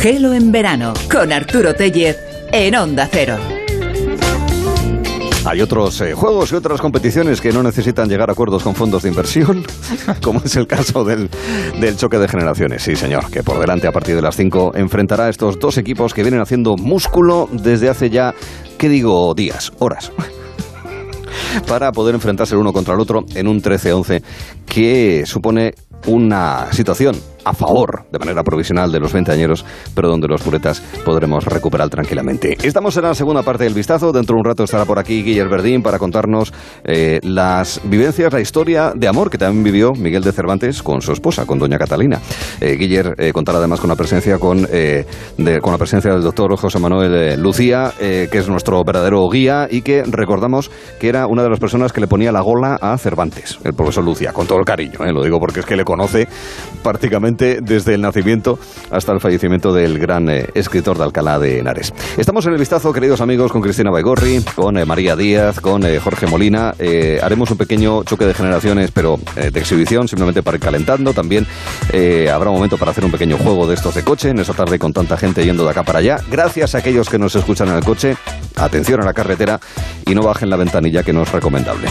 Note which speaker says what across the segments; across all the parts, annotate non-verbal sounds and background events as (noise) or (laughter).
Speaker 1: Gelo en verano con Arturo Tellez en Onda Cero.
Speaker 2: Hay otros eh, juegos y otras competiciones que no necesitan llegar a acuerdos con fondos de inversión, (laughs) como es el caso del, del choque de generaciones. Sí, señor, que por delante a partir de las 5 enfrentará a estos dos equipos que vienen haciendo músculo desde hace ya, ¿qué digo? Días, horas para poder enfrentarse el uno contra el otro en un 13-11 que supone una situación a favor de manera provisional de los veinteañeros, pero donde los puretas podremos recuperar tranquilamente. Estamos en la segunda parte del vistazo. Dentro de un rato estará por aquí Guillermo Verdín para contarnos eh, las vivencias, la historia de amor que también vivió Miguel de Cervantes con su esposa, con doña Catalina. Eh, Guillermo eh, contará además con la presencia con, eh, de- con la presencia del doctor José Manuel eh, Lucía, eh, que es nuestro verdadero guía y que recordamos que era una de las personas que le ponía la gola a Cervantes, el profesor Lucía, con todo el cariño, eh, lo digo porque es que le conoce prácticamente desde el nacimiento hasta el fallecimiento del gran eh, escritor de Alcalá de Henares. Estamos en el vistazo, queridos amigos, con Cristina Baigorri, con eh, María Díaz, con eh, Jorge Molina. Eh, haremos un pequeño choque de generaciones, pero eh, de exhibición, simplemente para ir calentando. También eh, habrá un momento para hacer un pequeño juego de estos de coche en esta tarde con tanta gente yendo de acá para allá. Gracias a aquellos que nos escuchan en el coche, atención a la carretera y no bajen la ventanilla que no es recomendable.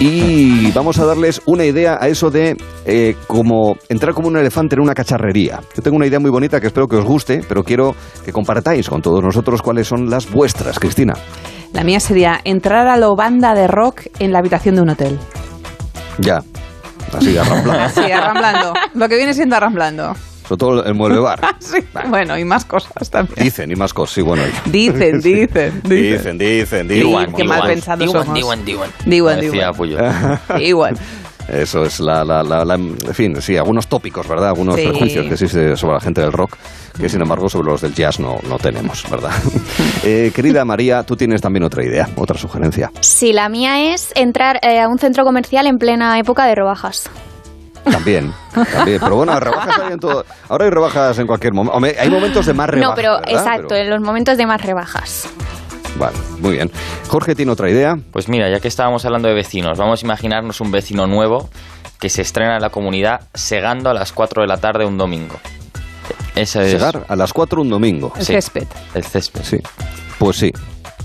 Speaker 2: Y vamos a darles una idea a eso de eh, como entrar como un elefante en una cacharrería. Yo tengo una idea muy bonita que espero que os guste, pero quiero que compartáis con todos nosotros cuáles son las vuestras, Cristina.
Speaker 3: La mía sería entrar a lo banda de rock en la habitación de un hotel.
Speaker 2: Ya. Así, arramplada.
Speaker 3: (laughs) Sí, arramblando. Lo que viene siendo arramblando.
Speaker 2: Sobre todo el mueble bar.
Speaker 3: Sí, bueno, y más cosas también.
Speaker 2: Dicen y más cosas. Sí, bueno.
Speaker 3: (laughs) Dicen, dicen,
Speaker 2: Dicen,
Speaker 3: dicen.
Speaker 2: dicen,
Speaker 3: Diwan,
Speaker 2: dicen.
Speaker 3: qué mal pensados
Speaker 4: Diwan,
Speaker 3: somos.
Speaker 4: Diwan, Diwan.
Speaker 3: Diwan,
Speaker 4: Decía
Speaker 3: Diwan.
Speaker 4: Puyol. (laughs)
Speaker 3: Igual.
Speaker 2: Eso es la, la, la, la- En fin, sí, algunos tópicos, ¿verdad? Algunos
Speaker 3: Sí.
Speaker 2: prejuicios que existen sobre la gente del rock, que sin embargo sobre los del jazz no, no tenemos, ¿verdad? Eh, querida María, tú tienes también otra idea, otra sugerencia.
Speaker 5: Sí, la mía es entrar eh, a un centro comercial en plena época de rebajas.
Speaker 2: También, también. Pero bueno, rebajas hay en todo. Ahora hay rebajas en cualquier momento. Hombre, Hay momentos de más rebajas.
Speaker 5: no, pero
Speaker 2: ¿verdad?
Speaker 5: exacto,
Speaker 2: Pero-
Speaker 5: en los momentos de más rebajas.
Speaker 2: Vale, muy bien. Jorge tiene otra idea.
Speaker 4: Pues mira, ya que estábamos hablando de vecinos, vamos a imaginarnos un vecino nuevo que se estrena en la comunidad segando a las 4 de la tarde un domingo. Esa es
Speaker 2: Llegar a las 4 un domingo.
Speaker 3: El
Speaker 4: Sí.
Speaker 3: césped.
Speaker 4: el césped.
Speaker 2: Sí. Pues sí.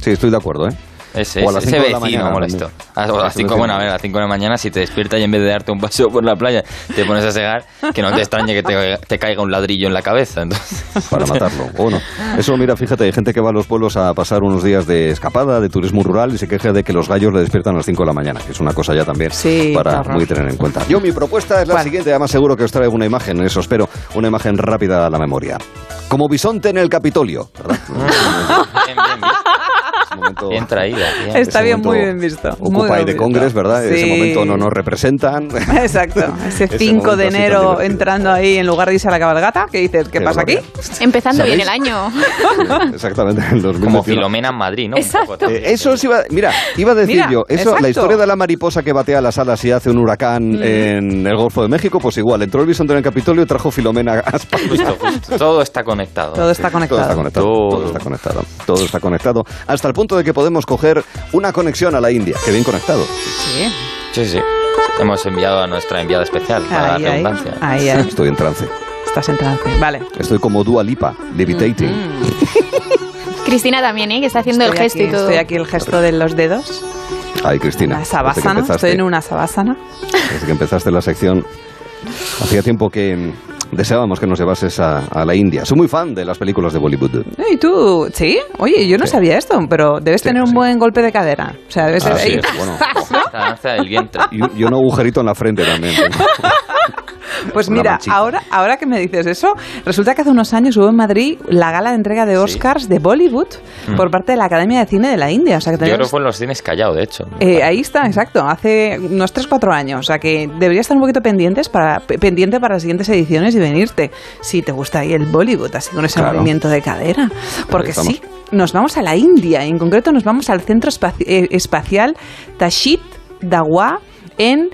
Speaker 2: Sí, estoy de acuerdo, ¿eh?
Speaker 4: Ese,
Speaker 2: O a
Speaker 4: ese-
Speaker 2: las
Speaker 4: ese
Speaker 2: cinco de la
Speaker 4: vecino
Speaker 2: mañana, ¿no?
Speaker 4: molesto. A, o a
Speaker 2: Ese
Speaker 4: las cinco-
Speaker 2: vecino.
Speaker 4: bueno, a ver, a las 5 de la mañana, si te despiertas y en vez de darte un paseo por la playa, te pones a segar, que no te extrañe que te, te caiga un ladrillo en la cabeza. Entonces,
Speaker 2: para matarlo. O no. Eso, mira, fíjate, hay gente que va a los pueblos a pasar unos días de escapada, de turismo rural y se queja de que los gallos le despiertan a las 5 de la mañana, que es una cosa ya también
Speaker 3: Sí, qué
Speaker 2: para
Speaker 3: horror.
Speaker 2: muy tener en cuenta. Yo, mi propuesta es la siguiente, además seguro que os traigo una imagen, eso espero, una imagen rápida a la memoria. Como bisonte en el Capitolio, ¿verdad?
Speaker 4: bien, bien, bien.
Speaker 2: Ese momento-
Speaker 4: Bien traída. bien.
Speaker 3: Está
Speaker 2: ese
Speaker 3: bien,
Speaker 2: momento
Speaker 3: muy bien visto, muy
Speaker 2: Occupy
Speaker 3: bien
Speaker 2: de
Speaker 3: visto.
Speaker 2: Congres, ¿verdad? En Ese
Speaker 3: Sí.
Speaker 2: momento no nos representan.
Speaker 3: (laughs)
Speaker 2: (laughs)
Speaker 3: Exacto. Ese
Speaker 2: Ese
Speaker 3: 5
Speaker 2: momento
Speaker 3: de
Speaker 2: así tan
Speaker 3: enero
Speaker 2: divertido.
Speaker 3: entrando ahí en lugar de irse a la cabalgata, ¿qué dices? ¿Qué,
Speaker 2: Qué
Speaker 3: pasa aquí?
Speaker 2: barbaridad.
Speaker 5: Empezando bien el
Speaker 2: ¿Sabéis?
Speaker 5: año. (laughs)
Speaker 2: Exactamente, en el 2021.
Speaker 4: Como Filomena en Madrid, ¿no? Un poco
Speaker 5: Exacto.
Speaker 4: también.
Speaker 2: Eh, eso os iba, mira, iba a decir
Speaker 3: Mira,
Speaker 2: yo, eso,
Speaker 3: exacto.
Speaker 2: la historia de la mariposa que batea las alas y hace un huracán en el Golfo de México, pues igual, entró el bisonte en el Capitolio y trajo Filomena a España.
Speaker 4: Justo, justo. Todo está conectado.
Speaker 3: Todo está
Speaker 2: Todo está
Speaker 3: conectado.
Speaker 2: conectado,
Speaker 4: Todo.
Speaker 2: todo está conectado, todo está conectado, hasta el punto de que podemos coger una conexión a la India, que bien conectado.
Speaker 3: Sí.
Speaker 4: Sí, sí. Hemos enviado a nuestra enviada especial
Speaker 3: Ahí,
Speaker 4: para
Speaker 3: Ah.
Speaker 4: la
Speaker 3: ahí.
Speaker 4: redundancia.
Speaker 3: Ahí, ahí.
Speaker 2: Estoy en trance,
Speaker 3: Estás en trance. Vale.
Speaker 2: estoy como Dua Lipa, levitating.
Speaker 5: Cristina también, ¿eh? Que está haciendo
Speaker 3: Estoy
Speaker 5: el gesto
Speaker 3: aquí,
Speaker 5: y todo.
Speaker 3: estoy aquí el gesto de los dedos.
Speaker 2: Ay, Cristina,
Speaker 3: Una
Speaker 2: desde que
Speaker 3: sabásana. Estoy
Speaker 2: empezaste-
Speaker 3: en una sabásana.
Speaker 2: Desde que empezaste la sección, hacía tiempo que mm, deseábamos que nos llevases a, a la India. Soy muy fan de las películas de Bollywood.
Speaker 3: Eh, ¿Y tú? ¿Sí? Oye, yo no
Speaker 2: Sí.
Speaker 3: sabía esto, pero debes
Speaker 2: Sí,
Speaker 3: tener un
Speaker 2: sí.
Speaker 3: buen golpe de cadera. O sea, debes
Speaker 2: Así
Speaker 3: ser-
Speaker 2: es, bueno.
Speaker 4: La danza del
Speaker 3: Ah,
Speaker 4: vientre.
Speaker 2: Y, y un agujerito en la frente también. ¿eh?
Speaker 3: (laughs)
Speaker 2: tengo.
Speaker 3: (laughs) Pues
Speaker 2: Una
Speaker 3: mira,
Speaker 2: manchita.
Speaker 3: ahora, ahora que me dices eso, resulta que hace unos años hubo en Madrid la gala de entrega de Oscars de Bollywood
Speaker 2: Mm.
Speaker 3: por parte de la Academia de Cine de la India. O sea, que
Speaker 4: Yo creo que
Speaker 3: tenemos-
Speaker 4: fue en los cines callado, de hecho.
Speaker 3: Eh, ahí está, exacto, hace unos 3-4 años. O sea que deberías estar un poquito pendientes para, pe- pendiente para las siguientes ediciones y venirte. Si te gusta ahí el Bollywood, así con ese
Speaker 2: Claro.
Speaker 3: movimiento de cadera. Porque
Speaker 2: estamos.
Speaker 3: sí, nos vamos a la India. En concreto, nos vamos al Centro Espaci- eh, Espacial Tashit Dawa en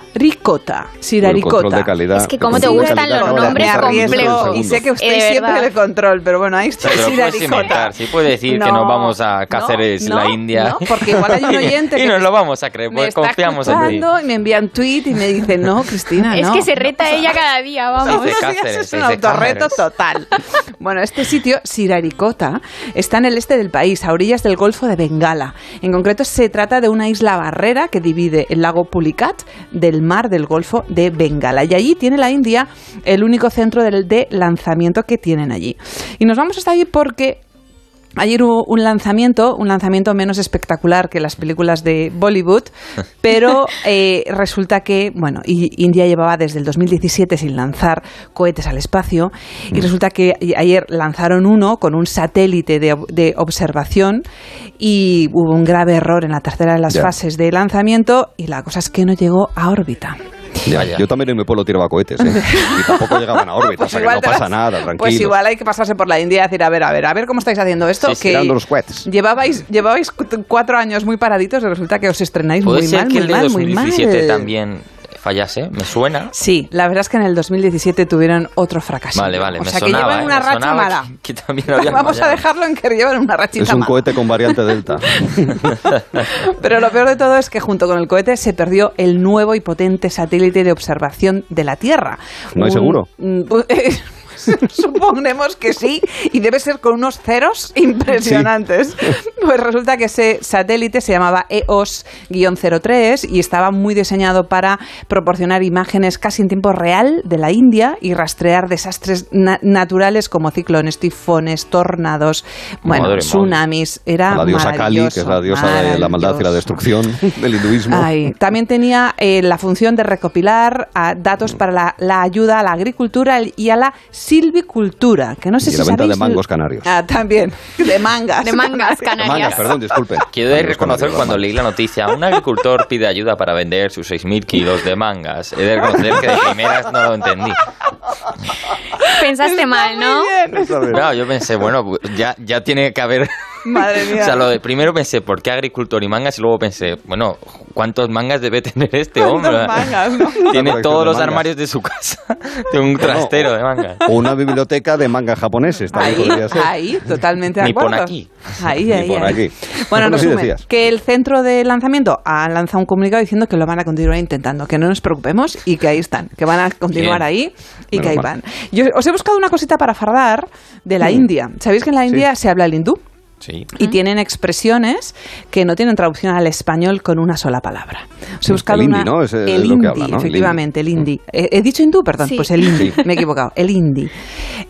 Speaker 3: Siraricota.
Speaker 2: control de
Speaker 3: Siraricota.
Speaker 2: calidad.
Speaker 5: Es que
Speaker 2: el
Speaker 5: cómo te
Speaker 2: control de
Speaker 5: gustan
Speaker 2: calidad
Speaker 5: los
Speaker 2: no
Speaker 3: Perdona,
Speaker 2: le
Speaker 5: nombres
Speaker 3: me
Speaker 2: aplica ni un
Speaker 5: complejos.
Speaker 3: arriesgo
Speaker 2: segundo.
Speaker 3: y sé que usted
Speaker 5: Eh,
Speaker 3: siempre
Speaker 5: verdad.
Speaker 3: en el control, pero bueno, ahí está
Speaker 4: Pero lo puedes
Speaker 3: Siraricota.
Speaker 4: inventar, sí puedes decir que nos vamos a Cáceres,
Speaker 3: no,
Speaker 4: la India.
Speaker 3: no, porque igual hay un
Speaker 4: (laughs) Y-
Speaker 3: oyente
Speaker 4: Y,
Speaker 3: que
Speaker 4: nos
Speaker 3: me-
Speaker 4: lo vamos a creer,
Speaker 3: me
Speaker 4: pues
Speaker 3: está
Speaker 4: confiamos en ti.
Speaker 3: escuchando y me envía un tweet y me dice, no, Cristina,
Speaker 5: Es
Speaker 3: no.
Speaker 5: que se reta ella cada
Speaker 3: (laughs)
Speaker 5: día,
Speaker 4: No,
Speaker 5: vamos.
Speaker 4: dice
Speaker 3: Eso sí,
Speaker 4: Cáceres,
Speaker 3: eso es un
Speaker 4: dice
Speaker 3: autorreto
Speaker 4: Cáceres.
Speaker 3: total. Bueno, este sitio, Siraricota, está en el este del país, a orillas del Golfo de Bengala. En concreto, se trata de una isla barrera que divide el lago Pulicat del mar del Golfo de Bengala. Y allí tiene la India el único centro del, de lanzamiento que tienen allí. Y nos vamos hasta allí porque Ayer hubo un lanzamiento, un lanzamiento menos espectacular que las películas de Bollywood, pero eh, resulta que, bueno, y- India llevaba desde el 2017 sin lanzar cohetes al espacio y resulta que y- ayer lanzaron uno con un satélite de, ob- de observación y hubo un grave error en la tercera de las
Speaker 2: Ya.
Speaker 3: fases de lanzamiento y la cosa es que no llegó a órbita.
Speaker 2: Ya,
Speaker 4: Vaya.
Speaker 2: Yo también en mi pueblo tiraba cohetes, ¿eh? Y tampoco llegaban a órbita, o sea que
Speaker 3: Pues igual
Speaker 2: no
Speaker 3: te
Speaker 2: pasa
Speaker 3: las-
Speaker 2: nada, tranquilo.
Speaker 3: Pues igual hay que pasarse por la India y decir, a ver, a ver, a ver cómo estáis haciendo esto.
Speaker 4: Sí, sí,
Speaker 3: que
Speaker 2: tirando los cohetes.
Speaker 3: Llevabais, llevabais cu- cuatro años muy paraditos y resulta que os estrenáis
Speaker 4: Puede
Speaker 3: muy
Speaker 4: ser
Speaker 3: mal,
Speaker 4: que el
Speaker 3: muy
Speaker 4: de
Speaker 3: mal, muy mal.
Speaker 4: 2017 también fallase, me suena.
Speaker 3: Sí, la verdad es que en el 2017 tuvieron otro fracaso.
Speaker 4: Vale, vale,
Speaker 3: O
Speaker 4: me
Speaker 3: sea que
Speaker 4: sonaba,
Speaker 3: llevan
Speaker 4: eh,
Speaker 3: una
Speaker 4: me
Speaker 3: racha
Speaker 4: sonaba (laughs)
Speaker 3: mala.
Speaker 4: que- que también había
Speaker 3: Vamos a
Speaker 4: fallado.
Speaker 3: dejarlo en que llevan una rachita
Speaker 2: Es un
Speaker 3: mala.
Speaker 2: cohete con variante
Speaker 3: (laughs)
Speaker 2: delta.
Speaker 3: Pero lo peor de todo es que junto con el cohete se perdió el nuevo y potente satélite de observación de la Tierra.
Speaker 2: ¿No hay seguro?
Speaker 3: Mm, eh, (laughs) Suponemos que sí, y debe ser con unos ceros impresionantes. Pues resulta que ese satélite se llamaba E EOS-03 y estaba muy diseñado para proporcionar imágenes casi en tiempo real de la India y rastrear desastres na- naturales como ciclones, tifones, tornados, bueno,
Speaker 4: Madre mía.
Speaker 3: tsunamis. Era
Speaker 2: A la diosa Kali, que es la
Speaker 3: maravilloso,
Speaker 2: diosa de la maldad y la
Speaker 3: maravilloso.
Speaker 2: destrucción del hinduismo.
Speaker 3: Ay, también tenía eh, la función de recopilar ah,
Speaker 2: Mm.
Speaker 3: datos para la, la ayuda a la agricultura y a la silvicultura, que no sé
Speaker 2: Y
Speaker 3: si
Speaker 2: la venta de
Speaker 3: sabéis-
Speaker 2: mangos canarios.
Speaker 3: Ah, también, (laughs) de mangas.
Speaker 5: De mangas canarias.
Speaker 2: Mangas, perdón, disculpe.
Speaker 4: (laughs) Quiero
Speaker 2: Amigos,
Speaker 4: reconocer
Speaker 2: con
Speaker 4: cuando
Speaker 2: amigos,
Speaker 4: leí la noticia, un agricultor pide ayuda para vender sus 6.000 kilos de mangas. He de reconocer
Speaker 2: (laughs)
Speaker 4: que de primeras no lo entendí.
Speaker 5: Pensaste mal, ¿no?
Speaker 4: (laughs)
Speaker 2: mangas. Está bien.
Speaker 4: Claro, yo pensé, bueno, pues ya, ya tiene que haber... (laughs)
Speaker 3: Madre
Speaker 2: (laughs)
Speaker 3: mía.
Speaker 4: O sea, lo de, primero pensé, ¿por qué agricultor y mangas? Y luego pensé, bueno, ¿cuántos mangas debe tener este
Speaker 3: Tantos
Speaker 4: hombre?
Speaker 3: mangas, ¿no?
Speaker 2: Una
Speaker 4: (laughs) Tiene
Speaker 2: colección
Speaker 4: todos
Speaker 2: de
Speaker 4: los
Speaker 2: mangas.
Speaker 4: armarios de su casa. (laughs) de un trastero de mangas.
Speaker 2: O una biblioteca de mangas japoneses, también
Speaker 3: Ahí,
Speaker 2: podría ser.
Speaker 3: ahí, totalmente de
Speaker 4: Ni por
Speaker 3: acuerdo.
Speaker 4: aquí.
Speaker 3: Ahí,
Speaker 2: Ni
Speaker 3: ahí,
Speaker 2: por
Speaker 3: ahí.
Speaker 2: aquí.
Speaker 3: Bueno, en
Speaker 2: Bueno, sí
Speaker 3: resumen,
Speaker 2: decías.
Speaker 3: que el centro de lanzamiento ha lanzado un comunicado diciendo que lo van a continuar intentando, que no nos preocupemos y que ahí están, que van a continuar
Speaker 4: Bien.
Speaker 3: ahí y
Speaker 2: Menos
Speaker 3: que ahí
Speaker 2: mal. Mm.
Speaker 3: van. Yo os he buscado una cosita para fardar de la India. ¿Sabéis que en la India se habla el hindú?
Speaker 4: Sí.
Speaker 3: y tienen expresiones que no tienen traducción al español con una sola palabra. Os he
Speaker 2: El
Speaker 3: buscado
Speaker 2: hindi,
Speaker 3: una-
Speaker 2: ¿no? Es, eh,
Speaker 3: el
Speaker 2: lo que
Speaker 3: hindi,
Speaker 2: habla, ¿no? El
Speaker 3: efectivamente, el hindi. Eh, ¿He dicho hindú? Perdón,
Speaker 5: Sí.
Speaker 3: pues el hindi, me he equivocado, el hindi.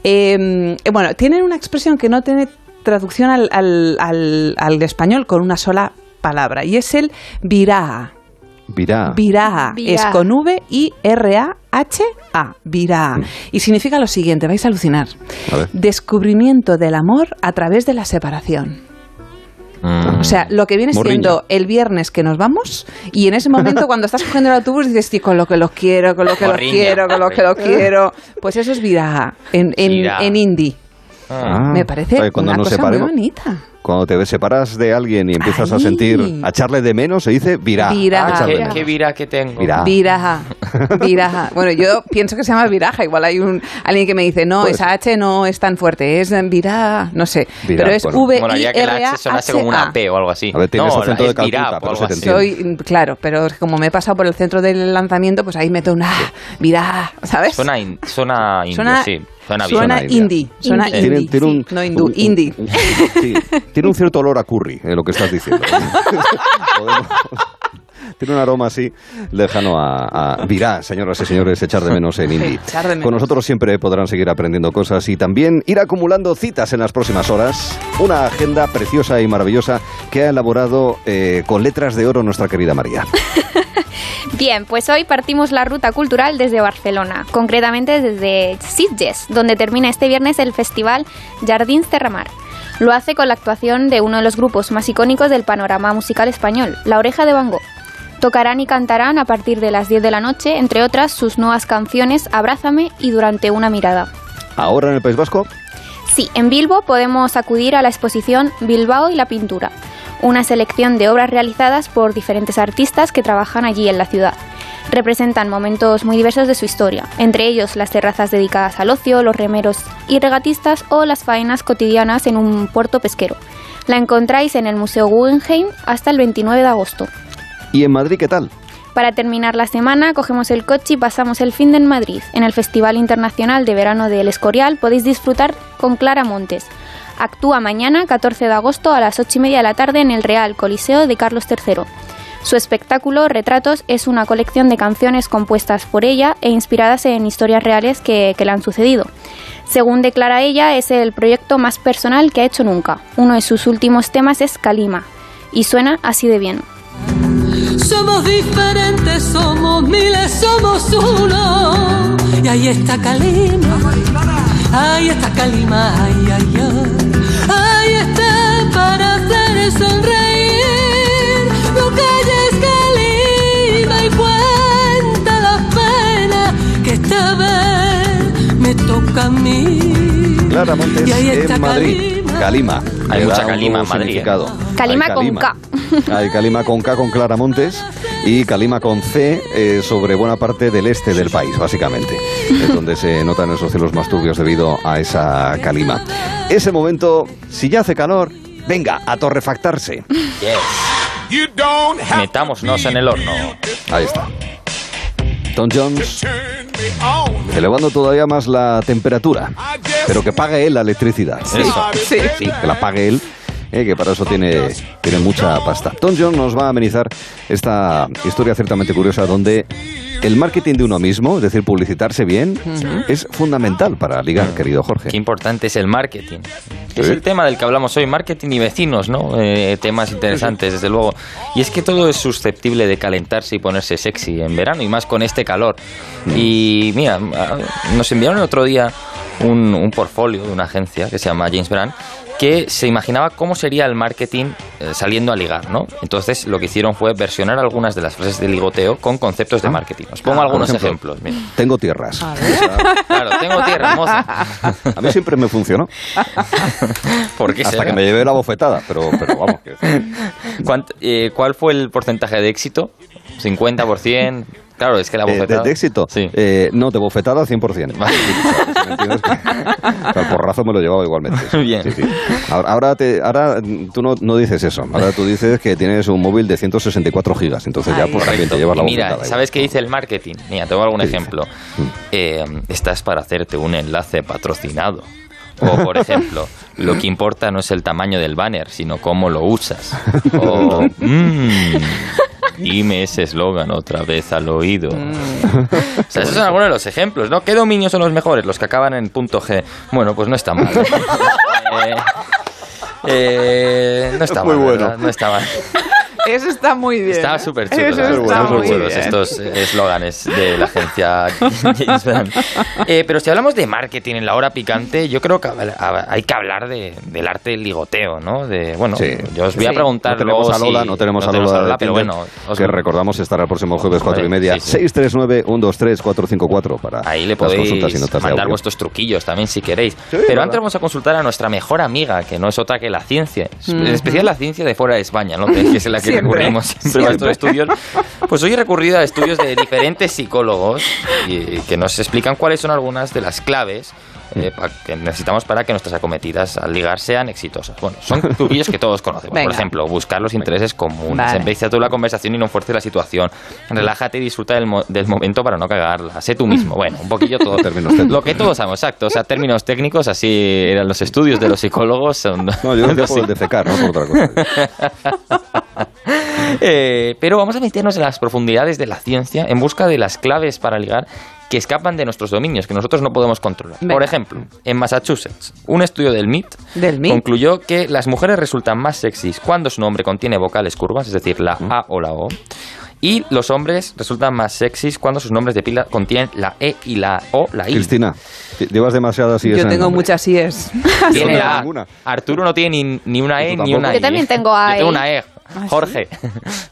Speaker 3: Eh, eh, bueno, tienen una expresión que no tiene traducción al, al- al- al español con una sola palabra y es el viraha.
Speaker 2: Virá.
Speaker 3: Viraha es
Speaker 5: Viraha.
Speaker 3: con V I R A H A, viraha.
Speaker 2: Mm.
Speaker 3: Y significa lo siguiente, vais a alucinar.
Speaker 2: A ver.
Speaker 3: Descubrimiento del amor a través de la separación.
Speaker 4: Mm.
Speaker 3: O sea, lo que viene
Speaker 2: Morriña.
Speaker 3: siendo el viernes que nos vamos y en ese
Speaker 4: (laughs)
Speaker 3: momento cuando estás cogiendo el autobús dices, sí, con lo que los quiero, con lo que los
Speaker 4: Morriña.
Speaker 3: quiero, con lo que los
Speaker 4: (laughs)
Speaker 3: quiero. Pues eso es viraja en, en,
Speaker 4: Viraja.
Speaker 3: en hindi.
Speaker 4: Ah.
Speaker 3: Me parece
Speaker 2: Oye, cuando
Speaker 3: una
Speaker 2: nos
Speaker 3: cosa
Speaker 2: separemos-
Speaker 3: muy bonita.
Speaker 2: Cuando te separas de alguien y empiezas a
Speaker 3: Ahí.
Speaker 2: sentir, a echarle de menos, se dice virá.
Speaker 3: Virá.
Speaker 2: a
Speaker 4: Ah,
Speaker 2: echarle de
Speaker 4: qué,
Speaker 2: menos.
Speaker 4: qué vira que tengo.
Speaker 2: Virá. Ah.
Speaker 4: (laughs)
Speaker 3: Viraja, viraja. Bueno, yo pienso que se llama viraja. Igual hay un alguien que me dice, no,
Speaker 2: Pues-
Speaker 3: esa H no es tan fuerte, es viraja, no sé.
Speaker 2: Viraja,
Speaker 3: Pero es
Speaker 2: bueno.
Speaker 3: v i
Speaker 4: Molaría que la
Speaker 3: r
Speaker 4: H sonase como
Speaker 3: a
Speaker 4: una P o algo así.
Speaker 2: A ver, tienes
Speaker 4: no,
Speaker 2: acento
Speaker 4: la-
Speaker 2: de
Speaker 4: es virá
Speaker 2: Calcuta,
Speaker 4: o
Speaker 2: pero
Speaker 4: algo
Speaker 2: se te
Speaker 4: así.
Speaker 2: entiende.
Speaker 3: Soy, mm, claro, pero es que como me he pasado por el centro del lanzamiento, pues ahí meto una virá, ¿sabes?
Speaker 4: Suena, in- suena indio, sí. Suena bien.
Speaker 2: suena
Speaker 3: indie,
Speaker 2: indie.
Speaker 3: suena
Speaker 4: Indie.
Speaker 2: Tiene-
Speaker 3: indie,
Speaker 2: tiene
Speaker 3: sí,
Speaker 2: un-
Speaker 3: no hindú,
Speaker 2: un- un-
Speaker 3: indie.
Speaker 2: un- sí, tiene un cierto olor a curry, eh, lo que estás diciendo.
Speaker 3: (laughs)
Speaker 2: Podemos- Tiene un aroma así lejano a, a virá, señoras y señores, echar de menos
Speaker 3: (laughs)
Speaker 2: en indie.
Speaker 3: echar de menos.
Speaker 2: Con nosotros siempre podrán seguir aprendiendo cosas y también ir acumulando citas en las próximas horas. Una agenda preciosa y maravillosa que ha elaborado eh, con letras de oro nuestra querida María.
Speaker 5: Bien, pues hoy partimos la ruta cultural desde Barcelona, concretamente desde Sitges, donde termina este viernes el festival Jardins Terramar. Lo hace con la actuación de uno de los grupos más icónicos del panorama musical español, La Oreja de Van Gogh. Tocarán y cantarán a partir de las 10 de la noche, entre otras, sus nuevas canciones Abrázame y Durante una mirada.
Speaker 2: Ahora en el País Vasco,
Speaker 5: Sí, en Bilbo podemos acudir a la exposición Bilbao y la pintura, una selección de obras realizadas por diferentes artistas que trabajan allí en la ciudad. Representan momentos muy diversos de su historia, entre ellos las terrazas dedicadas al ocio, los remeros y regatistas o las faenas cotidianas en un puerto pesquero. La encontráis en el Museo Guggenheim hasta el 29 de agosto.
Speaker 2: ¿Y en Madrid qué tal?
Speaker 5: Para terminar la semana, cogemos el coche y pasamos el fin de en Madrid. En el Festival Internacional de Verano del Escorial podéis disfrutar con Clara Montes. Actúa mañana, 14 de agosto, a las 8 y media de la tarde en el Real Coliseo de Carlos III. Su espectáculo Retratos es una colección de canciones compuestas por ella e inspiradas en historias reales que, que le han sucedido. Según declara ella, es el proyecto más personal que ha hecho nunca. Uno de sus últimos temas es Kalima, y suena así de bien.
Speaker 6: Somos diferentes, somos miles, somos uno. Y ahí está Calima, ahí está Calima, ay, ay, ay. Ahí está para hacer sonreír. No calles Calima y cuenta la pena que esta vez me toca a mí.
Speaker 2: Clara Montes,
Speaker 6: Y ahí está
Speaker 2: en Madrid.
Speaker 6: Calima.
Speaker 2: Calima.
Speaker 4: Hay
Speaker 2: Le
Speaker 4: mucha
Speaker 2: da un
Speaker 4: Calima
Speaker 2: nuevo
Speaker 4: en Madrid, ¿eh?
Speaker 2: significado.
Speaker 5: Calima
Speaker 2: Hay
Speaker 5: con K.
Speaker 2: Hay Calima con K con Clara Montes y Calima con C eh, sobre buena parte del este del país, básicamente. Es donde se notan esos cielos más turbios debido a esa Calima. Ese momento, si ya hace calor, venga a torrefactarse.
Speaker 4: Yes.
Speaker 7: You don't have
Speaker 4: Metámonos en el horno.
Speaker 2: Ahí está. Tom Jones
Speaker 7: to turn me on.
Speaker 2: elevando todavía más la temperatura,
Speaker 7: I just
Speaker 2: pero que pague él la electricidad.
Speaker 4: Eso.
Speaker 3: Sí.
Speaker 2: sí, que la pague él, eh, que para eso tiene, tiene mucha pasta. Tom Jones nos va a amenizar esta historia ciertamente curiosa donde el marketing de uno mismo, es decir, publicitarse bien, es fundamental para ligar, querido Jorge.
Speaker 4: Qué importante es el marketing. Que Es
Speaker 2: Sí.
Speaker 4: el tema del que hablamos hoy, marketing y vecinos, ¿no? Eh, temas interesantes, desde luego. Y es que todo es susceptible de calentarse y ponerse sexy en verano, y más con este calor.
Speaker 2: Mm.
Speaker 4: Y mira, ah, nos enviaron el otro día un, un portfolio de una agencia que se llama James Brand, que se imaginaba cómo sería el marketing eh, saliendo a ligar, ¿no? Entonces lo que hicieron fue versionar algunas de las frases de ligoteo con conceptos de marketing. Os
Speaker 2: Ah,
Speaker 4: pongo
Speaker 2: por
Speaker 4: algunos
Speaker 2: ejemplo.
Speaker 4: ejemplos. mira.
Speaker 2: Tengo tierras.
Speaker 4: Claro, tengo tierra
Speaker 2: (laughs)
Speaker 4: hermosa.
Speaker 2: A mí siempre me funcionó.
Speaker 4: ¿Por (laughs) qué
Speaker 2: Hasta
Speaker 4: será?
Speaker 2: que me llevé la bofetada, pero, pero vamos.
Speaker 4: (laughs)
Speaker 2: que-
Speaker 4: ¿Cuánt- eh, ¿Cuál fue el porcentaje de éxito? ¿50%? Claro, es que la
Speaker 2: Eh, de,
Speaker 4: bofetada...
Speaker 2: de éxito.
Speaker 4: Sí.
Speaker 2: Eh, no, de bofetada 100%.
Speaker 4: Vale.
Speaker 2: (laughs) ¿Me entiendes? O sea, el porrazo me lo llevaba igualmente. sí.
Speaker 4: (laughs) Bien.
Speaker 2: Sí, sí. Ahora, ahora te- ahora, mm, tú no, no dices eso. Ahora tú dices que tienes un móvil de 164 gigas. Entonces ya
Speaker 3: Ahí.
Speaker 2: pues, también te llevas la
Speaker 4: Y mira,
Speaker 2: bofetada.
Speaker 4: ¿sabes qué dice el marketing? Mira, te voy a algún
Speaker 2: ¿Qué dice?
Speaker 4: ejemplo.
Speaker 2: Mm.
Speaker 4: Eh, estás para hacerte un enlace patrocinado. O,
Speaker 2: (laughs)
Speaker 4: por ejemplo, lo que importa no es el tamaño del banner, sino cómo lo usas.
Speaker 2: (laughs)
Speaker 4: O, "Mm, dime ese eslogan otra vez al oído. O sea, esos son algunos de los ejemplos, ¿no? ¿Qué dominios son los mejores? Los que acaban en punto G. Bueno, pues no está
Speaker 2: (laughs)
Speaker 4: mal. Eh, eh, no está
Speaker 2: Muy
Speaker 4: mal,
Speaker 2: bueno.
Speaker 4: ¿verdad? No está mal.
Speaker 3: Eso está muy bien.
Speaker 4: Estaba
Speaker 3: ¿eh?
Speaker 4: súper chulo.
Speaker 3: Eso
Speaker 4: estaban
Speaker 3: está
Speaker 2: súper
Speaker 3: muy
Speaker 2: bueno,
Speaker 3: bien.
Speaker 4: estos eh, eslóganes de
Speaker 3: (laughs)
Speaker 4: la agencia James Brand. Eh, pero si hablamos de marketing en la hora picante, yo creo que hab- hab- hay que hablar de- del arte del ligoteo, ¿no? De, bueno,
Speaker 2: Sí.
Speaker 4: yo os voy a
Speaker 3: Sí.
Speaker 4: preguntar
Speaker 2: No tenemos a
Speaker 4: luego
Speaker 2: Lola,
Speaker 4: si-
Speaker 2: no tenemos a Lola, de Tinder,
Speaker 4: pero bueno, os-
Speaker 2: que recordamos estará el próximo jueves
Speaker 4: Hombre,
Speaker 2: 4 y media.
Speaker 4: sí, sí.
Speaker 2: 639 123 454 para
Speaker 4: ahí le
Speaker 2: las consultas y
Speaker 4: podéis
Speaker 2: notas de
Speaker 4: mandar
Speaker 2: audio.
Speaker 4: vuestros truquillos también si queréis. pero
Speaker 2: ¿verdad?
Speaker 4: antes vamos a consultar a nuestra mejor amiga, que no es otra que la ciencia, en especial la ciencia de fuera de España, ¿no? que es la que
Speaker 3: Siempre.
Speaker 4: recurrimos siempre, a estos estudios. Pues hoy he recurrido a estudios de diferentes psicólogos y- que nos explican cuáles son algunas de las claves. eh, pa- que necesitamos para que nuestras acometidas al ligar sean exitosas. Bueno, son
Speaker 3: (laughs)
Speaker 4: truquillos que todos conocemos.
Speaker 3: Venga.
Speaker 4: Por ejemplo, buscar los intereses comunes,
Speaker 3: Vale.
Speaker 4: Empieza tú la conversación y no fuerces la situación. Relájate y disfruta del, mo- del momento para no cagarla. Sé tú mismo. Bueno, un poquillo todo.
Speaker 2: Términos técnicos.
Speaker 4: Lo que todos sabemos, exacto. O sea, términos técnicos, así eran los estudios de los psicólogos. Son,
Speaker 2: No, yo creo que
Speaker 4: los
Speaker 2: por el defecar, no por otra cosa.
Speaker 4: (laughs) eh, pero vamos a meternos en las profundidades de la ciencia en busca de las claves para ligar que escapan de nuestros dominios, que nosotros no podemos controlar.
Speaker 3: Venga.
Speaker 4: Por ejemplo, en Massachusetts, un estudio del MIT,
Speaker 3: ¿Del MIT?
Speaker 4: concluyó que las mujeres resultan más sexys cuando su nombre contiene vocales curvas, es decir, la A o la O, y los hombres resultan más sexys cuando sus nombres de pila contienen la E y la O, la I.
Speaker 2: Cristina, te- llevas demasiadas ideas.
Speaker 3: Yo
Speaker 2: en el
Speaker 3: tengo
Speaker 2: nombre.
Speaker 3: muchas IES. (laughs)
Speaker 2: Yo no
Speaker 4: Tiene
Speaker 2: tengo
Speaker 4: (laughs) la A.
Speaker 2: ninguna.
Speaker 4: Arturo no tiene ni, ni una E
Speaker 2: Yo
Speaker 4: ni una
Speaker 2: tampoco.
Speaker 4: I.
Speaker 5: Yo también tengo A,
Speaker 4: Yo tengo
Speaker 5: ¿eh?
Speaker 4: una E. Jorge.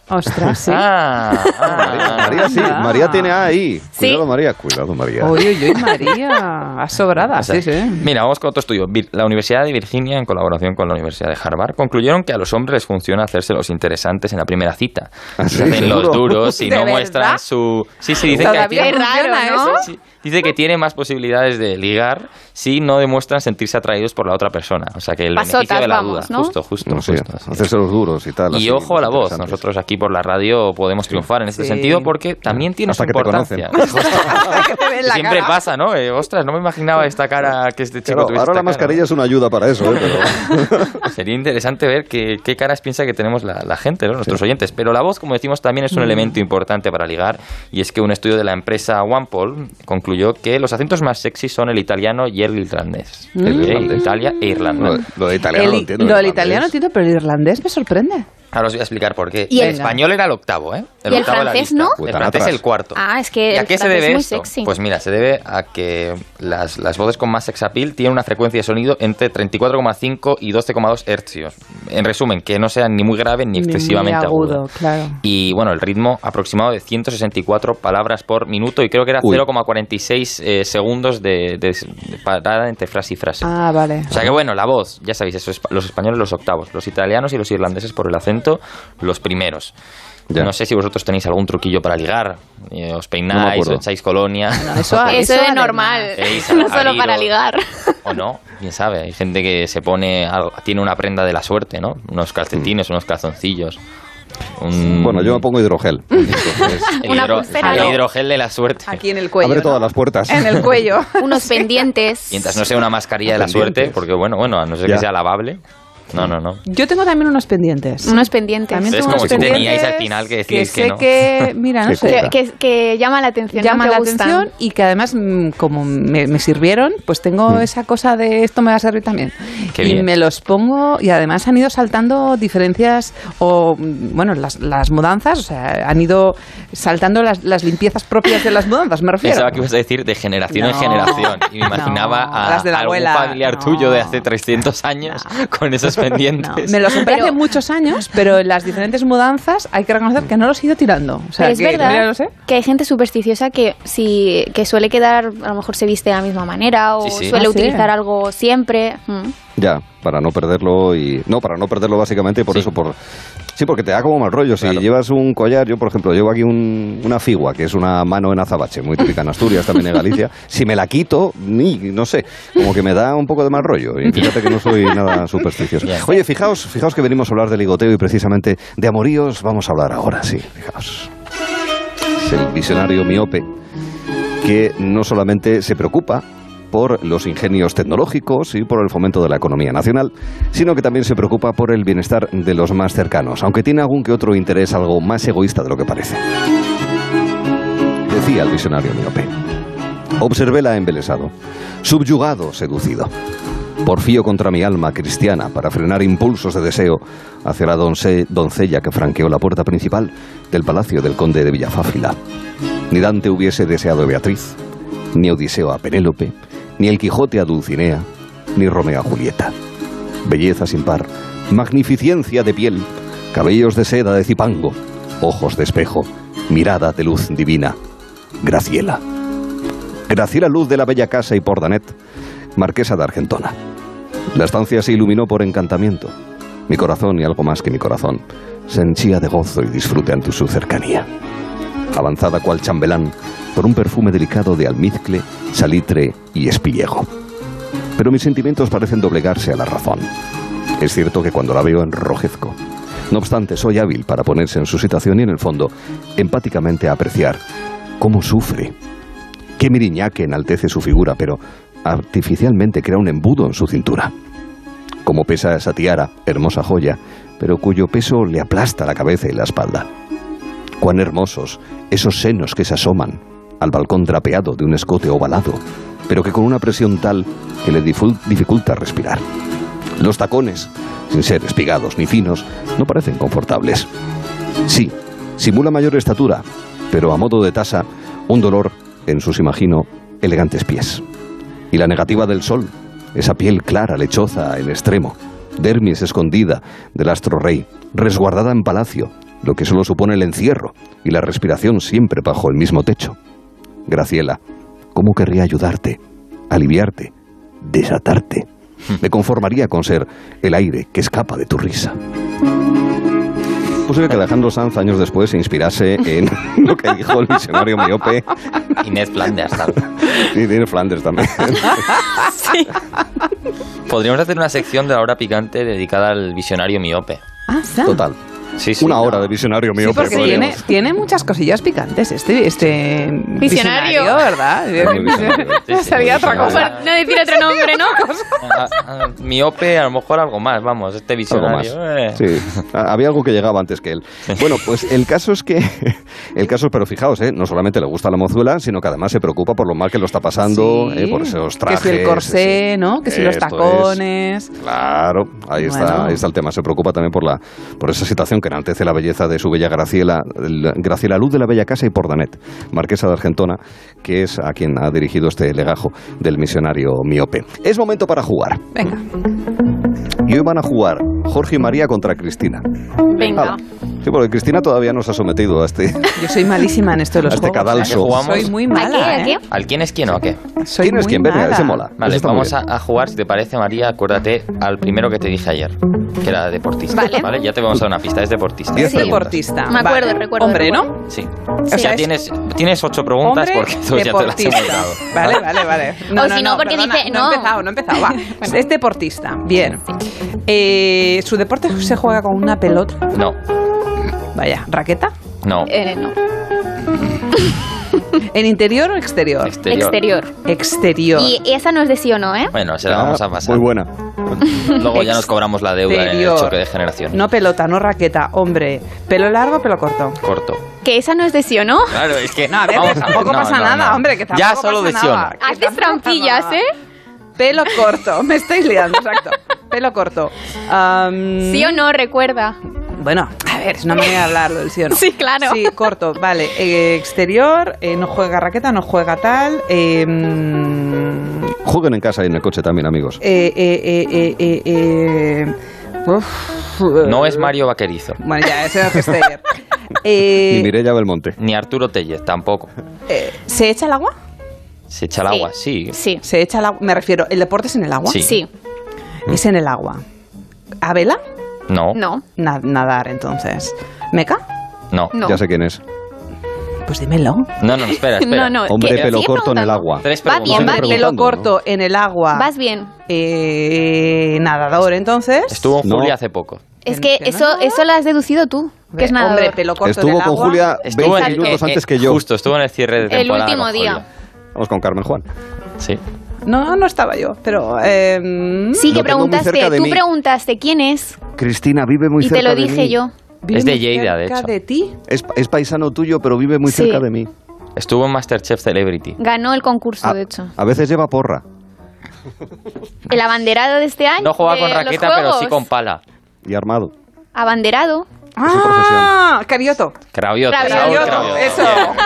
Speaker 3: Ostras, sí.
Speaker 4: Ah,
Speaker 2: María,
Speaker 4: ah.
Speaker 2: María sí,
Speaker 3: Ah.
Speaker 2: María tiene A ahí.
Speaker 5: Sí.
Speaker 2: Cuidado, María, cuidado, María.
Speaker 3: Oye, oye, María, has sobrada,
Speaker 4: O sea,
Speaker 3: sí, sí.
Speaker 4: Mira, vamos con otro estudio. Vir- La Universidad de Virginia, en colaboración con la Universidad de Harvard, concluyeron que a los hombres les funciona hacerse los interesantes en la primera cita.
Speaker 2: ¿Ah, sí?
Speaker 4: Se hacen los
Speaker 2: ¿Seguro?
Speaker 4: duros
Speaker 3: (laughs)
Speaker 4: y
Speaker 3: ¿De
Speaker 4: no
Speaker 3: verdad?
Speaker 4: muestran su... Sí, sí, dicen que
Speaker 3: Todavía
Speaker 4: tienen-
Speaker 5: es raro,
Speaker 3: funciona eso.
Speaker 5: ¿no?
Speaker 4: Sí, Dice que tiene más posibilidades de ligar si no demuestran sentirse atraídos por la otra persona. O sea que el
Speaker 5: Pasotas,
Speaker 4: beneficio de la
Speaker 5: vamos,
Speaker 4: duda.
Speaker 5: ¿no?
Speaker 4: Justo, justo,
Speaker 2: No sé,
Speaker 4: justo. así.
Speaker 2: hacerse los duros y tal.
Speaker 4: Y
Speaker 2: así,
Speaker 4: ojo a la voz.
Speaker 2: interesantes.
Speaker 4: Nosotros aquí por la radio podemos triunfar en este
Speaker 3: Sí.
Speaker 4: sentido porque también tiene
Speaker 2: Hasta
Speaker 4: su
Speaker 2: que te
Speaker 4: importancia.
Speaker 2: (laughs)
Speaker 3: Que te ve en la
Speaker 4: Siempre
Speaker 3: cara.
Speaker 4: pasa, ¿no? Eh, ostras, no me imaginaba esta cara que este chico
Speaker 2: Claro,
Speaker 4: tuviese
Speaker 2: ahora
Speaker 4: esta
Speaker 2: la
Speaker 4: cara.
Speaker 2: mascarilla es una ayuda para eso, ¿eh? pero
Speaker 4: Sería interesante ver qué, qué caras piensa que tenemos la, la gente, ¿no? nuestros oyentes. Pero la voz, como decimos, también
Speaker 3: Mm.
Speaker 4: es un elemento importante para ligar. Y es que un estudio de la empresa OnePoll concluyó que los acentos más sexy son el italiano y el irlandés.
Speaker 2: Mm.
Speaker 4: El de Italia e
Speaker 2: lo,
Speaker 4: Irlanda.
Speaker 2: lo de italiano
Speaker 3: El-
Speaker 2: lo entiendo.
Speaker 3: lo del
Speaker 2: irlandés.
Speaker 3: italiano entiendo, pero el irlandés me sorprende.
Speaker 4: Ahora os voy a explicar por qué.
Speaker 5: Y
Speaker 4: el
Speaker 5: el-
Speaker 4: español era el octavo, ¿eh?
Speaker 5: ¿Y el
Speaker 4: octavo de la
Speaker 5: francés
Speaker 4: lista.
Speaker 5: no?
Speaker 2: Pues
Speaker 4: El
Speaker 2: tan
Speaker 4: francés
Speaker 2: atrás.
Speaker 4: el cuarto.
Speaker 5: Ah, es que
Speaker 4: ¿Y a
Speaker 5: el
Speaker 4: qué se
Speaker 5: francés
Speaker 4: debe
Speaker 5: es muy
Speaker 4: esto?
Speaker 5: sexy.
Speaker 4: Pues mira, se debe a que las, las voces con más sex appeal tienen una frecuencia de sonido entre 34,5 y 12,2 hercios. En resumen, que no sean ni muy grave ni
Speaker 3: Ni muy
Speaker 4: excesivamente
Speaker 3: agudo,
Speaker 4: agudo.
Speaker 3: claro.
Speaker 4: Y bueno, el ritmo aproximado de 164 palabras por minuto y creo que era
Speaker 2: Uy.
Speaker 4: 0,46 eh, segundos de, de- de parada entre frase y frase.
Speaker 3: Ah, vale.
Speaker 4: O sea que bueno, la voz, ya sabéis, eso es pa- los españoles los octavos, los italianos y los irlandeses por el acento los primeros.
Speaker 2: Ya.
Speaker 4: No sé si vosotros tenéis algún truquillo para ligar, eh, os
Speaker 2: No me
Speaker 4: peináis,
Speaker 2: acuerdo.
Speaker 4: os echáis colonia. (laughs)
Speaker 3: eso-
Speaker 4: os
Speaker 5: Eso es
Speaker 3: además.
Speaker 5: normal,
Speaker 4: hacéis
Speaker 5: no solo
Speaker 4: alaridos,
Speaker 5: para ligar.
Speaker 4: O no, quién sabe, hay gente que se pone, algo- tiene una prenda de la suerte, ¿no? Unos calcetines, unos calzoncillos. un-
Speaker 2: Mm. Bueno, yo me pongo
Speaker 3: (laughs)
Speaker 2: hidrogel. Entonces,
Speaker 4: el
Speaker 5: Una
Speaker 4: hidro-
Speaker 5: pulsera,
Speaker 4: el
Speaker 5: ¿no?
Speaker 4: hidrogel de la suerte.
Speaker 3: Aquí en el cuello.
Speaker 2: abre
Speaker 3: Pues ¿no?
Speaker 2: todas las puertas.
Speaker 3: En el cuello.
Speaker 5: Unos pendientes.
Speaker 4: (laughs) Mientras no sea una mascarilla de la suerte,
Speaker 2: Pendientes.
Speaker 4: porque bueno, bueno, a no ser
Speaker 2: Ya.
Speaker 4: que sea lavable. No, no, no.
Speaker 3: (laughs) Yo tengo también unos pendientes.
Speaker 5: Unos pendientes.
Speaker 3: También
Speaker 4: Es
Speaker 3: tengo
Speaker 4: como
Speaker 3: unos
Speaker 4: si
Speaker 3: pendientes
Speaker 4: teníais al final que decíais que
Speaker 3: sé
Speaker 4: no.
Speaker 3: que, mira, no
Speaker 2: Sí,
Speaker 3: sé.
Speaker 5: que, que- que llama la atención.
Speaker 3: llama
Speaker 5: no
Speaker 3: la
Speaker 5: me gustan.
Speaker 3: atención y que además mm, como me, me sirvieron pues tengo esa cosa de esto me va a servir también
Speaker 4: Mm. Qué
Speaker 3: y
Speaker 4: bien.
Speaker 3: me los pongo y además han ido saltando diferencias o mm, bueno las, las mudanzas o sea han ido saltando las, las limpiezas propias de las mudanzas me refiero
Speaker 4: Pensaba que ibas a decir de generación en
Speaker 3: No.
Speaker 4: generación. Y me
Speaker 3: (laughs)
Speaker 4: imaginaba
Speaker 3: No.
Speaker 4: a,
Speaker 3: Las de la
Speaker 4: a algún
Speaker 3: abuela.
Speaker 4: familiar
Speaker 3: No.
Speaker 4: tuyo de hace 300 años con
Speaker 3: (laughs)
Speaker 4: esos
Speaker 3: No,
Speaker 4: pendientes.
Speaker 3: me los compré hace
Speaker 5: Pero-
Speaker 3: muchos años pero en las diferentes mudanzas hay que reconocer que no los he ido tirando o sea,
Speaker 5: Pero es
Speaker 3: que,
Speaker 5: verdad
Speaker 3: mira, no sé.
Speaker 5: que hay gente supersticiosa que si que suele quedar, a lo mejor se viste de la misma manera o
Speaker 4: Sí, sí.
Speaker 5: suele
Speaker 3: Ah, sí.
Speaker 5: utilizar algo siempre. Mm.
Speaker 2: Ya, para no perderlo y... No, para no perderlo básicamente y por
Speaker 4: Sí.
Speaker 2: eso, por... Sí, porque te da como mal rollo. Si llevas un collar, yo por ejemplo llevo aquí un- una figua, que es una mano en azabache, muy típica en Asturias, también en
Speaker 4: (laughs)
Speaker 2: Galicia. Si me la quito, ni, no sé, como que me da un poco de mal rollo. Y fíjate que no soy
Speaker 4: (laughs)
Speaker 2: nada supersticioso.
Speaker 4: Ya.
Speaker 2: Oye, fijaos, fijaos que venimos a hablar de ligoteo y precisamente de amoríos vamos a hablar ahora, sí, fijaos. Es el visionario miope que no solamente se preocupa por los ingenios tecnológicos y por el fomento de la economía nacional, sino que también se preocupa por el bienestar de los más cercanos, aunque tiene algún que otro interés algo más egoísta de lo que parece. Decía el visionario miope. Observéla embelesado, subyugado, seducido. Porfío contra mi alma cristiana para frenar impulsos de deseo hacia la donce- doncella que franqueó la puerta principal del palacio del conde de Villafáfila. Ni Dante hubiese deseado a Beatriz, ni Odiseo a Penélope, ni el Quijote a Dulcinea, ni Romeo a Julieta. Belleza sin par, magnificencia de piel, cabellos de seda de cipango, ojos de espejo, mirada de luz divina. Graciela. Graciela Luz de la Bella Casa y Pordanet, marquesa de Argentona. La estancia se iluminó por encantamiento. Mi corazón y algo más que mi corazón se henchía de gozo y disfrute ante su cercanía avanzada cual chambelán, por un perfume delicado de almizcle, salitre y espillejo. Pero mis sentimientos parecen doblegarse a la razón. Es cierto que cuando la veo enrojezco. No obstante, soy hábil para ponerse en su situación y en el fondo, empáticamente a apreciar cómo sufre. Qué miriñaque enaltece su figura, pero artificialmente crea un embudo en su cintura. Como pesa esa tiara, hermosa joya, pero cuyo peso le aplasta la cabeza y la espalda. Cuán hermosos esos senos que se asoman al balcón drapeado de un escote ovalado, pero que con una presión tal que le difu- dificulta respirar. Los tacones, sin ser espigados ni finos, no parecen confortables. Sí, simula mayor estatura, pero a modo de tasa, un dolor en sus, imagino, elegantes pies. Y la negativa del sol, esa piel clara, lechosa, en extremo, dermis escondida del astro rey, resguardada en palacio, lo que solo supone el encierro y la respiración siempre bajo el mismo techo. Graciela, ¿cómo querría ayudarte, aliviarte, desatarte? Me conformaría con ser el aire que escapa de tu risa. Posible que Alejandro Sanz años después se inspirase en lo que dijo el visionario miope
Speaker 4: Inés Flanders. tal.
Speaker 2: y tiene Flanders también.
Speaker 4: Podríamos hacer una sección de la hora picante dedicada al visionario miope.
Speaker 3: Ah, está.
Speaker 2: Total.
Speaker 4: Sí, sí.
Speaker 2: Una hora de visionario
Speaker 3: Sí,
Speaker 2: miope
Speaker 3: porque tiene,
Speaker 2: podríamos.
Speaker 3: tiene muchas cosillas picantes este, este (laughs)
Speaker 5: Visionario.
Speaker 2: Muy
Speaker 3: ¿verdad?
Speaker 2: visionario.
Speaker 4: Sí, sí,
Speaker 3: Sería otra
Speaker 5: Por
Speaker 4: visionario.
Speaker 3: cosa.
Speaker 5: no decir otro nombre, ¿no?
Speaker 4: Ah, ah, miope, a lo mejor algo más, vamos, este
Speaker 2: Algo
Speaker 4: visionario.
Speaker 2: más.
Speaker 4: eh.
Speaker 2: Sí, a- había algo que llegaba antes que él. Bueno, pues el caso es que, (laughs) el caso, pero fijaos, ¿eh? no solamente le gusta la mozuela, sino que además se preocupa por lo mal que lo está pasando,
Speaker 3: Sí,
Speaker 2: ¿eh? por esos trajes. eh,
Speaker 3: Que si el corsé,
Speaker 2: sí.
Speaker 3: ¿no? Que si los
Speaker 2: Esto es.
Speaker 3: tacones.
Speaker 2: Claro, ahí está,
Speaker 3: Bueno.
Speaker 2: ahí está el tema. Se preocupa también por la, por esa situación que enaltece la belleza de su bella Graciela, la- Graciela Luz de la Bella Casa y por Danet, marquesa de Argentona, que es a quien ha dirigido este legajo del misionario miope. Es momento para jugar.
Speaker 3: Venga.
Speaker 2: Y hoy van a jugar Jorge y María contra Cristina.
Speaker 5: (laughs)
Speaker 2: Ah,
Speaker 5: Venga.
Speaker 2: sí, porque Cristina todavía no se ha sometido a este.
Speaker 3: Yo soy malísima en esto de los
Speaker 2: A este
Speaker 3: juegos.
Speaker 2: cadalso.
Speaker 3: ¿eh?
Speaker 4: Jugamos.
Speaker 3: Soy muy
Speaker 5: ¿A qué?
Speaker 3: mala.
Speaker 5: ¿A qué?
Speaker 3: ¿eh?
Speaker 4: ¿Al quién es quién o a qué?
Speaker 3: Soy
Speaker 2: ¿Quién es
Speaker 3: muy
Speaker 2: quién? Venga,
Speaker 3: mala.
Speaker 2: ese mola. Eso
Speaker 4: Vale,
Speaker 2: está muy
Speaker 4: vamos a,
Speaker 2: bien.
Speaker 4: a jugar, si te parece, María, acuérdate al primero que te dije ayer, que era deportista.
Speaker 5: Vale.
Speaker 4: Ya te vamos a dar una pista, es deportista.
Speaker 2: Diez
Speaker 5: Sí.
Speaker 2: preguntas.
Speaker 3: Deportista.
Speaker 5: Me acuerdo, recuerdo,
Speaker 3: Hombre,
Speaker 5: recuerdo.
Speaker 3: ¿no?
Speaker 4: Sí.
Speaker 5: Sí.
Speaker 4: O sea,
Speaker 5: Es-
Speaker 4: tienes, tienes ocho preguntas
Speaker 3: Hombre,
Speaker 4: porque (laughs) dos ya te las Ah, hemos
Speaker 3: deportista.
Speaker 4: dado.
Speaker 3: Vale, vale, vale.
Speaker 5: O si no, porque dice-
Speaker 3: he
Speaker 5: no.
Speaker 3: empezado, no he empezado.
Speaker 5: (laughs)
Speaker 3: Va. Es deportista. Bien. Eh, ¿Su deporte se juega con una pelota?
Speaker 4: No,
Speaker 3: Vaya, ¿raqueta?
Speaker 4: no.
Speaker 5: Eh, no.
Speaker 3: ¿En interior o exterior?
Speaker 4: Exterior.
Speaker 5: Exterior.
Speaker 3: Exterior.
Speaker 5: Y esa no es de sí o no, ¿eh?
Speaker 4: Bueno, se la vamos a pasar.
Speaker 2: Ah, Muy buena.
Speaker 4: Luego ya nos cobramos la deuda en el
Speaker 3: Exterior.
Speaker 4: choque de generación.
Speaker 3: No pelota, no raqueta. Hombre, ¿pelo largo o pelo corto?
Speaker 4: Corto.
Speaker 5: Que esa no es de sí o no.
Speaker 3: Pues
Speaker 4: Claro, es que.
Speaker 3: No, a ver,
Speaker 4: vamos
Speaker 3: que tampoco
Speaker 4: no,
Speaker 3: pasa
Speaker 4: no,
Speaker 3: nada,
Speaker 4: no.
Speaker 3: hombre, que tampoco
Speaker 4: Ya solo
Speaker 3: pasa
Speaker 4: de sí o no.
Speaker 3: nada. Que
Speaker 5: Haces
Speaker 3: tampoco pasa
Speaker 5: trampillas,
Speaker 3: nada.
Speaker 5: ¿eh?
Speaker 3: Pelo corto, (laughs) me estáis liando, exacto. Pelo corto. Am,
Speaker 5: Sí o no, recuerda.
Speaker 3: Bueno, a ver, es una manera de hablarlo del sí o no.
Speaker 5: Sí, claro.
Speaker 3: Sí, corto, vale. Eh, exterior, eh, no juega raqueta, no juega tal. eh, mm,
Speaker 2: Jueguen en casa y en el coche también, amigos.
Speaker 3: eh, eh, eh, eh, eh, eh, uf, eh,
Speaker 4: No es Mario Vaquerizo.
Speaker 3: Bueno, ya, ese
Speaker 4: (laughs)
Speaker 3: es exterior. Eh,
Speaker 2: Ni Mireia Belmonte.
Speaker 4: Ni Arturo Tellez tampoco.
Speaker 3: eh, ¿Se echa el agua?
Speaker 4: Se echa al
Speaker 5: Sí.
Speaker 4: agua, sí.
Speaker 5: Sí.
Speaker 3: Se echa el agua, me refiero, ¿el deporte es en el agua?
Speaker 4: Sí.
Speaker 5: Sí.
Speaker 3: Es en el agua. ¿A vela?
Speaker 4: No, no.
Speaker 5: No.
Speaker 3: Na- nadar, entonces. ¿Meca?
Speaker 5: No.
Speaker 2: Ya sé quién es.
Speaker 3: Pues dímelo.
Speaker 4: No,
Speaker 3: (laughs)
Speaker 4: no, espera, espera.
Speaker 5: No, no.
Speaker 2: Hombre,
Speaker 5: ¿Qué?
Speaker 2: pelo
Speaker 5: Sigue
Speaker 2: corto en el
Speaker 5: preguntando.
Speaker 2: agua.
Speaker 4: Tres
Speaker 5: Va
Speaker 4: preguntas.
Speaker 5: bien, va
Speaker 2: Siempre
Speaker 5: bien.
Speaker 3: Pelo
Speaker 2: preguntando,
Speaker 3: corto en el agua.
Speaker 5: Vas bien.
Speaker 3: Eh, nadador, entonces.
Speaker 4: Estuvo en
Speaker 2: No.
Speaker 4: Julia hace poco.
Speaker 5: Es
Speaker 3: Que
Speaker 5: que
Speaker 3: no.
Speaker 5: eso, eso lo has deducido tú, que es nada.
Speaker 3: Hombre, pelo corto en
Speaker 2: Estuvo
Speaker 3: el
Speaker 2: con
Speaker 3: agua.
Speaker 2: Julia 20
Speaker 4: en-
Speaker 2: minutos
Speaker 4: eh,
Speaker 2: antes
Speaker 4: eh,
Speaker 2: que yo.
Speaker 4: Justo, estuvo en el cierre de
Speaker 5: El
Speaker 4: temporada.
Speaker 5: último
Speaker 4: con
Speaker 5: día.
Speaker 4: Julia.
Speaker 2: Vamos con Carmen Juan.
Speaker 4: Sí.
Speaker 3: No, no estaba yo, pero. eh,
Speaker 5: Sí,
Speaker 2: Lo
Speaker 5: que
Speaker 2: tengo muy cerca
Speaker 5: preguntaste,
Speaker 2: de
Speaker 5: tú
Speaker 2: mí.
Speaker 5: preguntaste quién es
Speaker 2: Cristina vive muy
Speaker 5: y
Speaker 2: cerca
Speaker 5: te lo
Speaker 2: de
Speaker 5: dije
Speaker 2: mí.
Speaker 5: yo.
Speaker 3: vive
Speaker 4: Es de
Speaker 3: muy
Speaker 4: Lleida, de
Speaker 3: cerca
Speaker 4: hecho.
Speaker 3: de ti.
Speaker 2: Es, es paisano tuyo, pero vive muy
Speaker 5: Sí.
Speaker 2: cerca de mí.
Speaker 4: Estuvo en Masterchef Celebrity.
Speaker 5: Ganó el concurso,
Speaker 2: A,
Speaker 5: de hecho.
Speaker 2: a veces lleva porra.
Speaker 5: El abanderado de este año.
Speaker 4: Ah. No jugaba
Speaker 5: de
Speaker 4: con
Speaker 5: los
Speaker 4: raqueta, pero sí
Speaker 5: juegos.
Speaker 4: con pala.
Speaker 2: Y armado.
Speaker 5: Abanderado.
Speaker 2: su
Speaker 3: Ah, Carioto.
Speaker 4: Craviota,
Speaker 5: Cravioto,
Speaker 4: Saúl
Speaker 5: Cravioto,
Speaker 4: Cravioto. Uh.
Speaker 3: eso.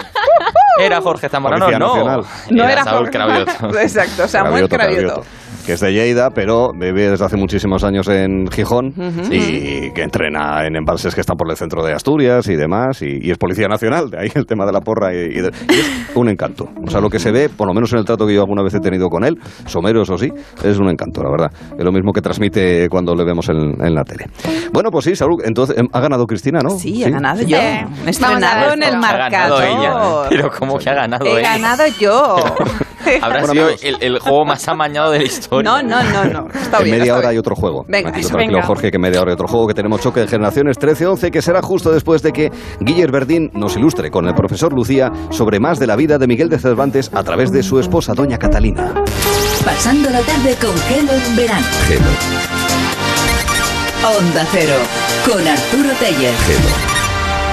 Speaker 4: Era Jorge Zamorano,
Speaker 2: Policía
Speaker 4: no.
Speaker 2: Nacional.
Speaker 3: No era Pues,
Speaker 4: Saúl Cravioto.
Speaker 3: (laughs) Exacto, Samuel
Speaker 2: Cravioto,
Speaker 3: Cravioto.
Speaker 2: Cravioto, Que es de Lleida, pero vive desde hace muchísimos años en Gijón y que entrena en embalses que están por el centro de Asturias y demás. Y, y es policía nacional, de ahí el tema de la porra. Y, y de- y es un encanto. O sea, lo que se ve, por lo menos en el trato que yo alguna vez he tenido con él, somero, eso sí, es un encanto, la verdad. Es lo mismo que transmite cuando le vemos en, en la tele. Bueno, pues sí, Saúl, entonces em, ha ganado Cristina, ¿no?
Speaker 3: Sí, he ganado yo.
Speaker 5: Eh,
Speaker 3: Me he estrenado
Speaker 5: vamos a ver
Speaker 3: en el
Speaker 5: cómo.
Speaker 4: Ha ganado
Speaker 3: marcador.
Speaker 4: ella. Pero ¿cómo que ha ganado
Speaker 3: He
Speaker 4: ella?
Speaker 3: ganado yo.
Speaker 4: Habrá
Speaker 2: Bueno,
Speaker 4: sido
Speaker 2: amigos.
Speaker 4: el, el juego más amañado de la historia.
Speaker 3: No, no, no, no. Está
Speaker 2: En
Speaker 3: bien,
Speaker 2: media
Speaker 3: está
Speaker 2: hora hay
Speaker 3: bien.
Speaker 2: otro juego.
Speaker 3: Venga,
Speaker 2: Tranquilo,
Speaker 3: eso,
Speaker 2: tranquilo,
Speaker 5: venga.
Speaker 2: Jorge, que en media hora hay otro juego, que tenemos choque de generaciones 13-11, que será justo después de que Guiller Verdín nos ilustre con el profesor Lucía sobre más de la vida de Miguel de Cervantes a través de su esposa, doña Catalina.
Speaker 1: Pasando la tarde con Gelo en verano. Onda Cero, con Arturo Tellez.
Speaker 2: Gelo.